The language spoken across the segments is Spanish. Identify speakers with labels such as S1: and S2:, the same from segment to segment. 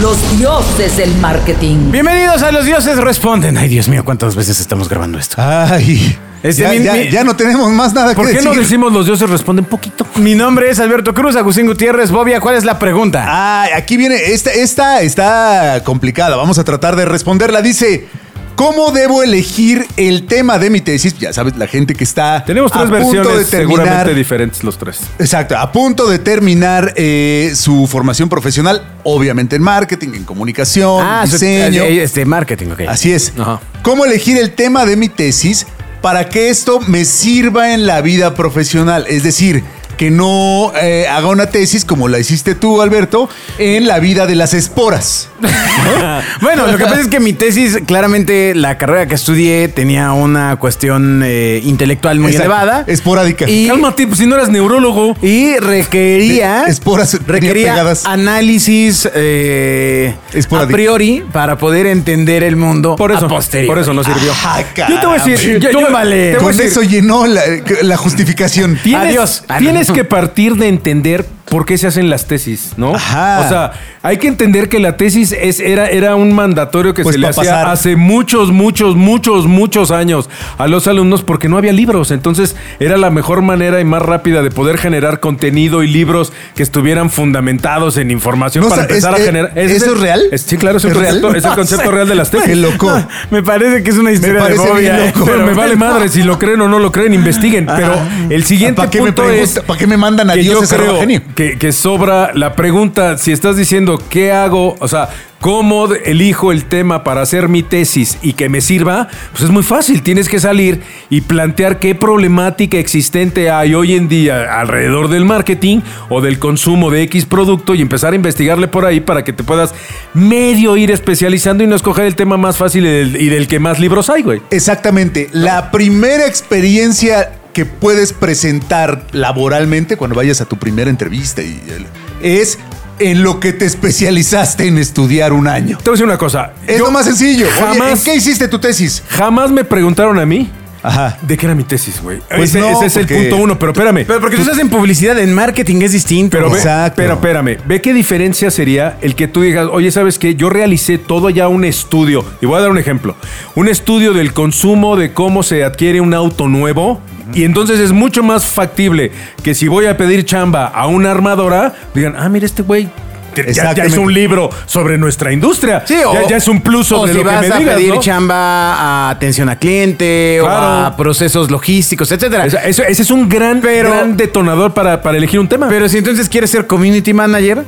S1: Los dioses del marketing.
S2: Bienvenidos a Los Dioses Responden. Ay, Dios mío, cuántas veces estamos grabando esto.
S3: Ay.
S2: Este,
S3: ya,
S2: mi-
S3: ya-
S2: mi-
S3: ya no tenemos más nada
S2: ¿Por
S3: que
S2: qué
S3: decir.
S2: no decimos
S4: Los dioses responden poquito.
S2: Mi nombre es Alberto Cruz, Agustín Gutiérrez. Bobia, ¿cuál es la pregunta?
S3: Ay, aquí viene. Esta, esta está complicada. Vamos a tratar de responderla. Dice. ¿Cómo debo elegir el tema de mi tesis? Ya sabes, la gente que está.
S4: Tenemos
S3: a
S4: tres
S3: punto de
S4: versiones
S3: terminar-
S4: seguramente diferentes los tres.
S3: Exacto, a punto de terminar eh, su formación profesional, obviamente en marketing, en comunicación,
S2: su-
S3: diseño.
S2: eh, este marketing, ok.
S3: Así es.
S4: Ajá.
S3: ¿Cómo elegir el tema de mi tesis para que esto me sirva en la vida profesional? Es decir, que no eh, haga una tesis como la hiciste tú, Alberto, en la vida de las esporas.
S2: Bueno, lo que pasa es que mi tesis, claramente la carrera que estudié tenía una cuestión eh, intelectual muy
S3: Exacto,
S2: elevada.
S3: Esporádica.
S2: Y-
S4: Cálmate, pues si no eres neurólogo.
S2: Y requería.
S3: De- esporas tenía
S2: requería
S3: pegadas.
S2: análisis eh, a
S3: Esporádico.
S2: priori para poder entender el mundo.
S4: Por eso,
S2: a posteriori.
S4: por eso no sirvió.
S3: Ah,
S4: Yo te voy a decir,
S2: Yo-
S4: yo-
S2: yo- vale.
S4: te voy a
S3: Con
S4: decir,
S3: eso llenó la, la justificación.
S4: Tienes,
S2: Adiós. Ah, no.
S4: tienes que partir de entender por qué se hacen las tesis, ¿no?
S3: Ajá.
S4: O sea, hay que entender que la tesis es, era, era un mandatorio que
S3: Pues
S4: se le
S3: pa'
S4: hacía
S3: pasar.
S4: hace muchos, muchos, muchos, muchos años a los alumnos porque no había libros. Entonces, era la mejor manera y más rápida de poder generar contenido y libros que estuvieran fundamentados en información
S3: No,
S4: para
S3: o sea,
S4: empezar
S3: es-
S4: a generar.
S3: eh, ¿eso
S4: el-
S3: es real?
S4: sí, claro, es, un
S3: ¿Es real?
S4: concepto- es el concepto real de las tesis.
S3: Qué loco.
S2: Me parece que es una historia de
S3: parece bien
S2: Bobia.
S3: loco.
S4: ¿eh? Pero me
S2: bueno.
S4: vale madre si lo creen o no lo creen, investiguen. Pero el
S3: Ah.
S4: siguiente
S3: ¿Para qué me
S4: punto es.
S3: pregunta- para qué me mandan a
S4: que
S3: Dios
S4: yo
S3: ese
S4: creo
S3: genio?
S4: que, que sobra la pregunta. Si estás diciendo qué hago, o sea, cómo de- elijo el tema para hacer mi tesis y que me sirva, pues es muy fácil. Tienes que salir y plantear qué problemática existente hay hoy en día alrededor del marketing o del consumo de X producto y empezar a investigarle por ahí para que te puedas medio ir especializando y no escoger el tema más fácil y del, y del que más libros hay, güey.
S3: Exactamente. La primera experiencia que puedes presentar laboralmente cuando vayas a tu primera entrevista y el- es en lo que te especializaste en estudiar un año.
S4: Te voy a decir una cosa.
S3: Es
S4: Yo
S3: lo más sencillo. Oye,
S4: jamás-
S3: ¿en qué hiciste tu tesis?
S4: Jamás me preguntaron a mí
S3: Ajá.
S4: de qué era mi tesis, güey.
S3: Pues
S4: ese
S3: no,
S4: ese es el
S3: porque-
S4: punto uno, pero espérame.
S2: Pero porque tú estás en publicidad, en marketing es distinto.
S4: Pero, ve-
S3: Exacto.
S4: pero espérame, ve qué diferencia sería el que tú digas, oye, ¿sabes qué? Yo realicé todo ya un estudio, y voy a dar un ejemplo, un estudio del consumo de cómo se adquiere un auto nuevo, y entonces es mucho más factible que si voy a pedir chamba a una armadora, digan, ah, mira este güey. que Ya, ya
S3: Exactamente.
S4: es un libro sobre nuestra industria.
S2: Sí,
S4: ya, ya es un plus
S2: o
S4: sobre
S2: si
S4: lo que
S2: vas
S4: me
S2: a
S4: digas,
S2: pedir
S4: ¿no?
S2: chamba a atención a cliente o
S4: Claro.
S2: a procesos logísticos, etcétera.
S4: O sea, eso- ese es un gran,
S2: Pero-
S4: gran detonador para, para elegir un tema.
S2: Pero si entonces quieres ser community manager,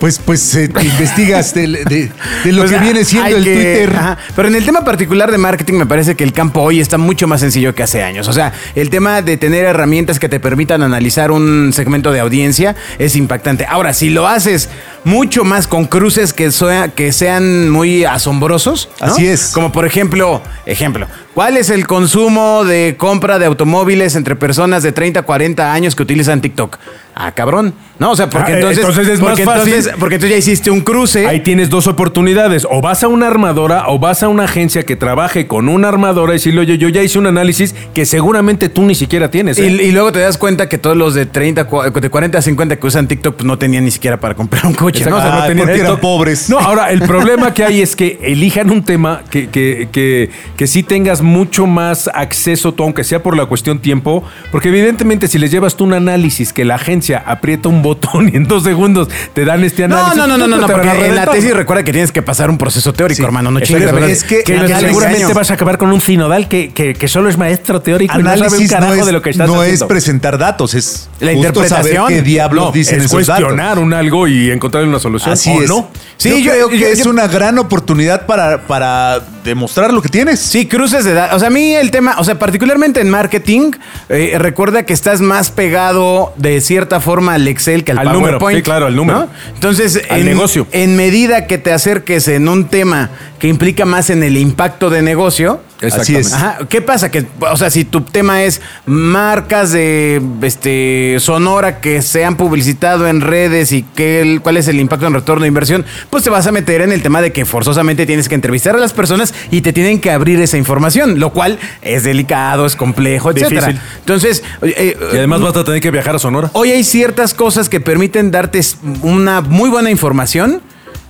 S3: Pues, pues eh, te investigas de, de- de lo
S2: pues,
S3: que viene
S2: hay
S3: siendo el
S2: que-
S3: Twitter.
S2: ajá. Pero en el tema particular de marketing me parece que el campo hoy está mucho más sencillo que hace años. O sea, el tema de tener herramientas que te permitan analizar un segmento de audiencia es impactante. Ahora, si lo haces mucho más con cruces que, sea- que sean muy asombrosos. ¿no?
S3: Así es.
S2: Como por ejemplo, ejemplo, ¿cuál es el consumo de compra de automóviles entre personas de 30 40 años que utilizan TikTok? Ah, cabrón. No, o sea, porque
S3: eh,
S4: Ah,
S2: entonces,
S4: entonces es más
S2: porque entonces-
S4: fácil.
S2: porque tú ya hiciste un cruce.
S4: Ahí tienes dos oportunidades. O vas a una armadora o vas a una agencia que trabaje con una armadora y decirle, oye, yo ya hice un análisis que seguramente tú ni siquiera tienes. ¿eh?".
S2: Y, y luego te das cuenta que todos los de 30, cua- de 40 a 50 que usan TikTok pues, no tenían ni siquiera para comprar un coche. ¿no? O sea,
S3: Ah,
S2: no tenían
S3: porque eran
S2: TikTok.
S3: pobres.
S4: No, ahora, el problema que hay es que elijan un tema que, que, que, que sí tengas mucho más acceso tú, aunque sea por la cuestión tiempo, porque evidentemente si les llevas tú un análisis que la agencia aprieta un botón y en dos segundos te dan este
S2: No,
S4: análisis.
S2: Ah, no, no, no, no, no,
S4: te van a
S2: porque en la
S4: reventar.
S2: tesis recuerda que tienes que pasar un proceso teórico,
S3: Sí,
S2: hermano, no
S3: es
S2: chingues.
S3: verdad.
S2: ¿verdad?
S3: Es que
S2: Tienes
S3: análisis-
S2: seguramente vas
S4: a acabar con un sinodal que, que- que solo es maestro teórico
S3: Análisis no, es, no es
S4: haciendo.
S3: presentar datos, es
S2: La
S3: justo
S2: interpretación.
S3: saber qué diablos
S4: No,
S3: dicen
S4: es
S3: esos datos.
S4: cuestionar un algo y encontrar una solución.
S3: Así
S4: ¿o
S3: es.
S4: no?
S2: Sí, yo-
S3: yo, creo que
S2: yo-
S3: es
S2: yo-
S3: una gran oportunidad para, para demostrar lo que tienes.
S2: Sí, cruces de edad. O sea, a mí el tema, o sea, particularmente en marketing, eh, recuerda que estás más pegado de cierta forma al Excel que al,
S4: Al número,
S2: PowerPoint.
S4: sí, claro, al número.
S2: Entonces,
S4: Al
S2: en,
S4: negocio.
S2: en medida que te acerques en un tema que implica más en el impacto de negocio,
S3: Así es.
S2: Ajá. ¿Qué pasa? Que, o sea, si tu tema es marcas de este Sonora que se han publicitado en redes y qué, el- cuál es el impacto en retorno de inversión, pues te vas a meter en el tema de que forzosamente tienes que entrevistar a las personas y te tienen que abrir esa información, lo cual es delicado, es complejo, etcétera.
S4: Difícil.
S2: Entonces, oye, eh,
S4: Y además vas a tener que viajar a Sonora.
S2: Hoy hay ciertas cosas que permiten darte una muy buena información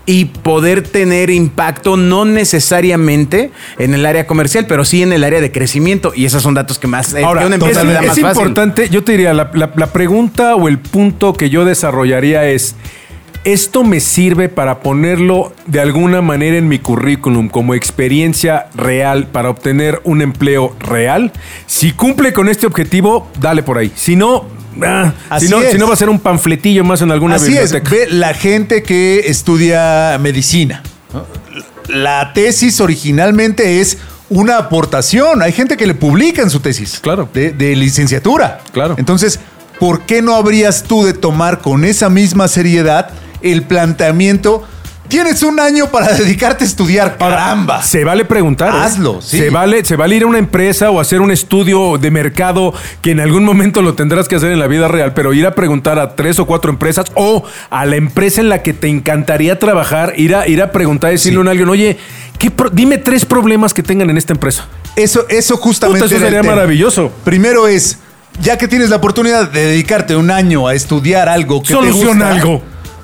S2: y poder tener impacto no necesariamente en el área comercial, pero sí en el área de crecimiento. Y esos son datos que más eh,
S4: Ahora,
S2: que una empresa
S4: es,
S2: le da
S4: es
S2: más fácil.
S4: importante, yo te diría, la, la- la pregunta o el punto que yo desarrollaría es, ¿esto me sirve para ponerlo de alguna manera en mi currículum como experiencia real para obtener un empleo real? Si cumple con este objetivo, dale por ahí. Si no, ah,
S3: Así
S4: si, no
S3: es.
S4: si no va a ser un panfletillo más en alguna
S3: Así
S4: biblioteca.
S3: es, ve la gente que estudia medicina. ¿no? La tesis originalmente es una aportación. Hay gente que le publica en su tesis.
S4: Claro.
S3: De, de licenciatura.
S4: Claro.
S3: Entonces, ¿por qué no habrías tú de tomar con esa misma seriedad el planteamiento? Tienes un año para dedicarte a estudiar. ¡Caramba!
S4: Se vale preguntar. ¿eh?
S3: Hazlo, sí.
S4: Se vale, se vale ir a una empresa o hacer un estudio de mercado que en algún momento lo tendrás que hacer en la vida real, pero ir a preguntar a tres o cuatro empresas o a la empresa en la que te encantaría trabajar, ir a, ir a preguntar, decirle a alguien, oye, ¿qué pro- dime tres problemas que tengan en esta empresa.
S3: Eso, eso justamente.
S4: Puta, eso
S3: era el
S4: sería
S3: tema.
S4: maravilloso.
S3: Primero es, ya que tienes la oportunidad de dedicarte un año a estudiar algo que te
S4: Soluciona
S3: gusta,
S4: algo.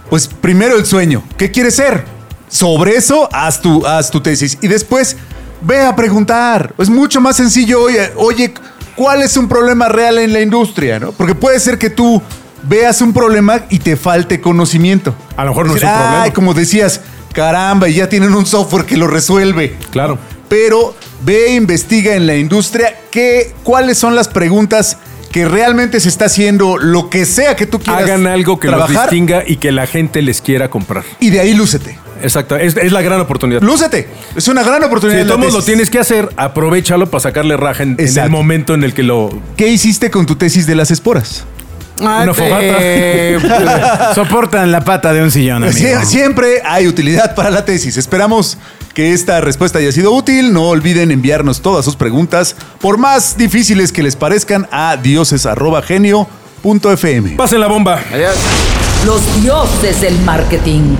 S3: Pues primero el sueño. ¿Qué quieres ser? Sobre eso haz tu, haz tu tesis. Y después ve a preguntar. Es mucho más sencillo. Oye, oye, ¿cuál es un problema real en la industria? ¿no? Porque puede ser que tú veas un problema y te falte conocimiento.
S4: A lo mejor no
S3: Decir,
S4: es un problema".
S3: "Ay, como decías, caramba, y ya tienen un software que lo resuelve
S4: Claro.
S3: pero ve e investiga en la industria qué, cuáles son las preguntas que realmente se está haciendo, lo que sea que tú quieras
S4: Hagan algo que los
S3: trabajar,
S4: distinga y que la gente les quiera comprar.
S3: y de ahí lúcete.
S4: Exacto. Es, es la gran oportunidad.
S3: Lúcete. Es una gran
S4: Si
S3: oportunidad.
S4: de
S3: la
S4: todos modos lo
S3: tesis.
S4: tienes que hacer, aprovechalo para sacarle raja en- en el
S3: Exacto.
S4: momento en el que lo
S3: ¿Qué hiciste con tu tesis de las esporas?
S2: Ah,
S4: Una
S2: te- soportan la pata de un sillón, amigo.
S3: Sie- siempre hay utilidad para la tesis. Esperamos que esta respuesta haya sido útil. No olviden enviarnos todas sus preguntas, por más difíciles que les parezcan, a dioses.genio.fm.
S4: Pasen la bomba.
S1: Los dioses del marketing.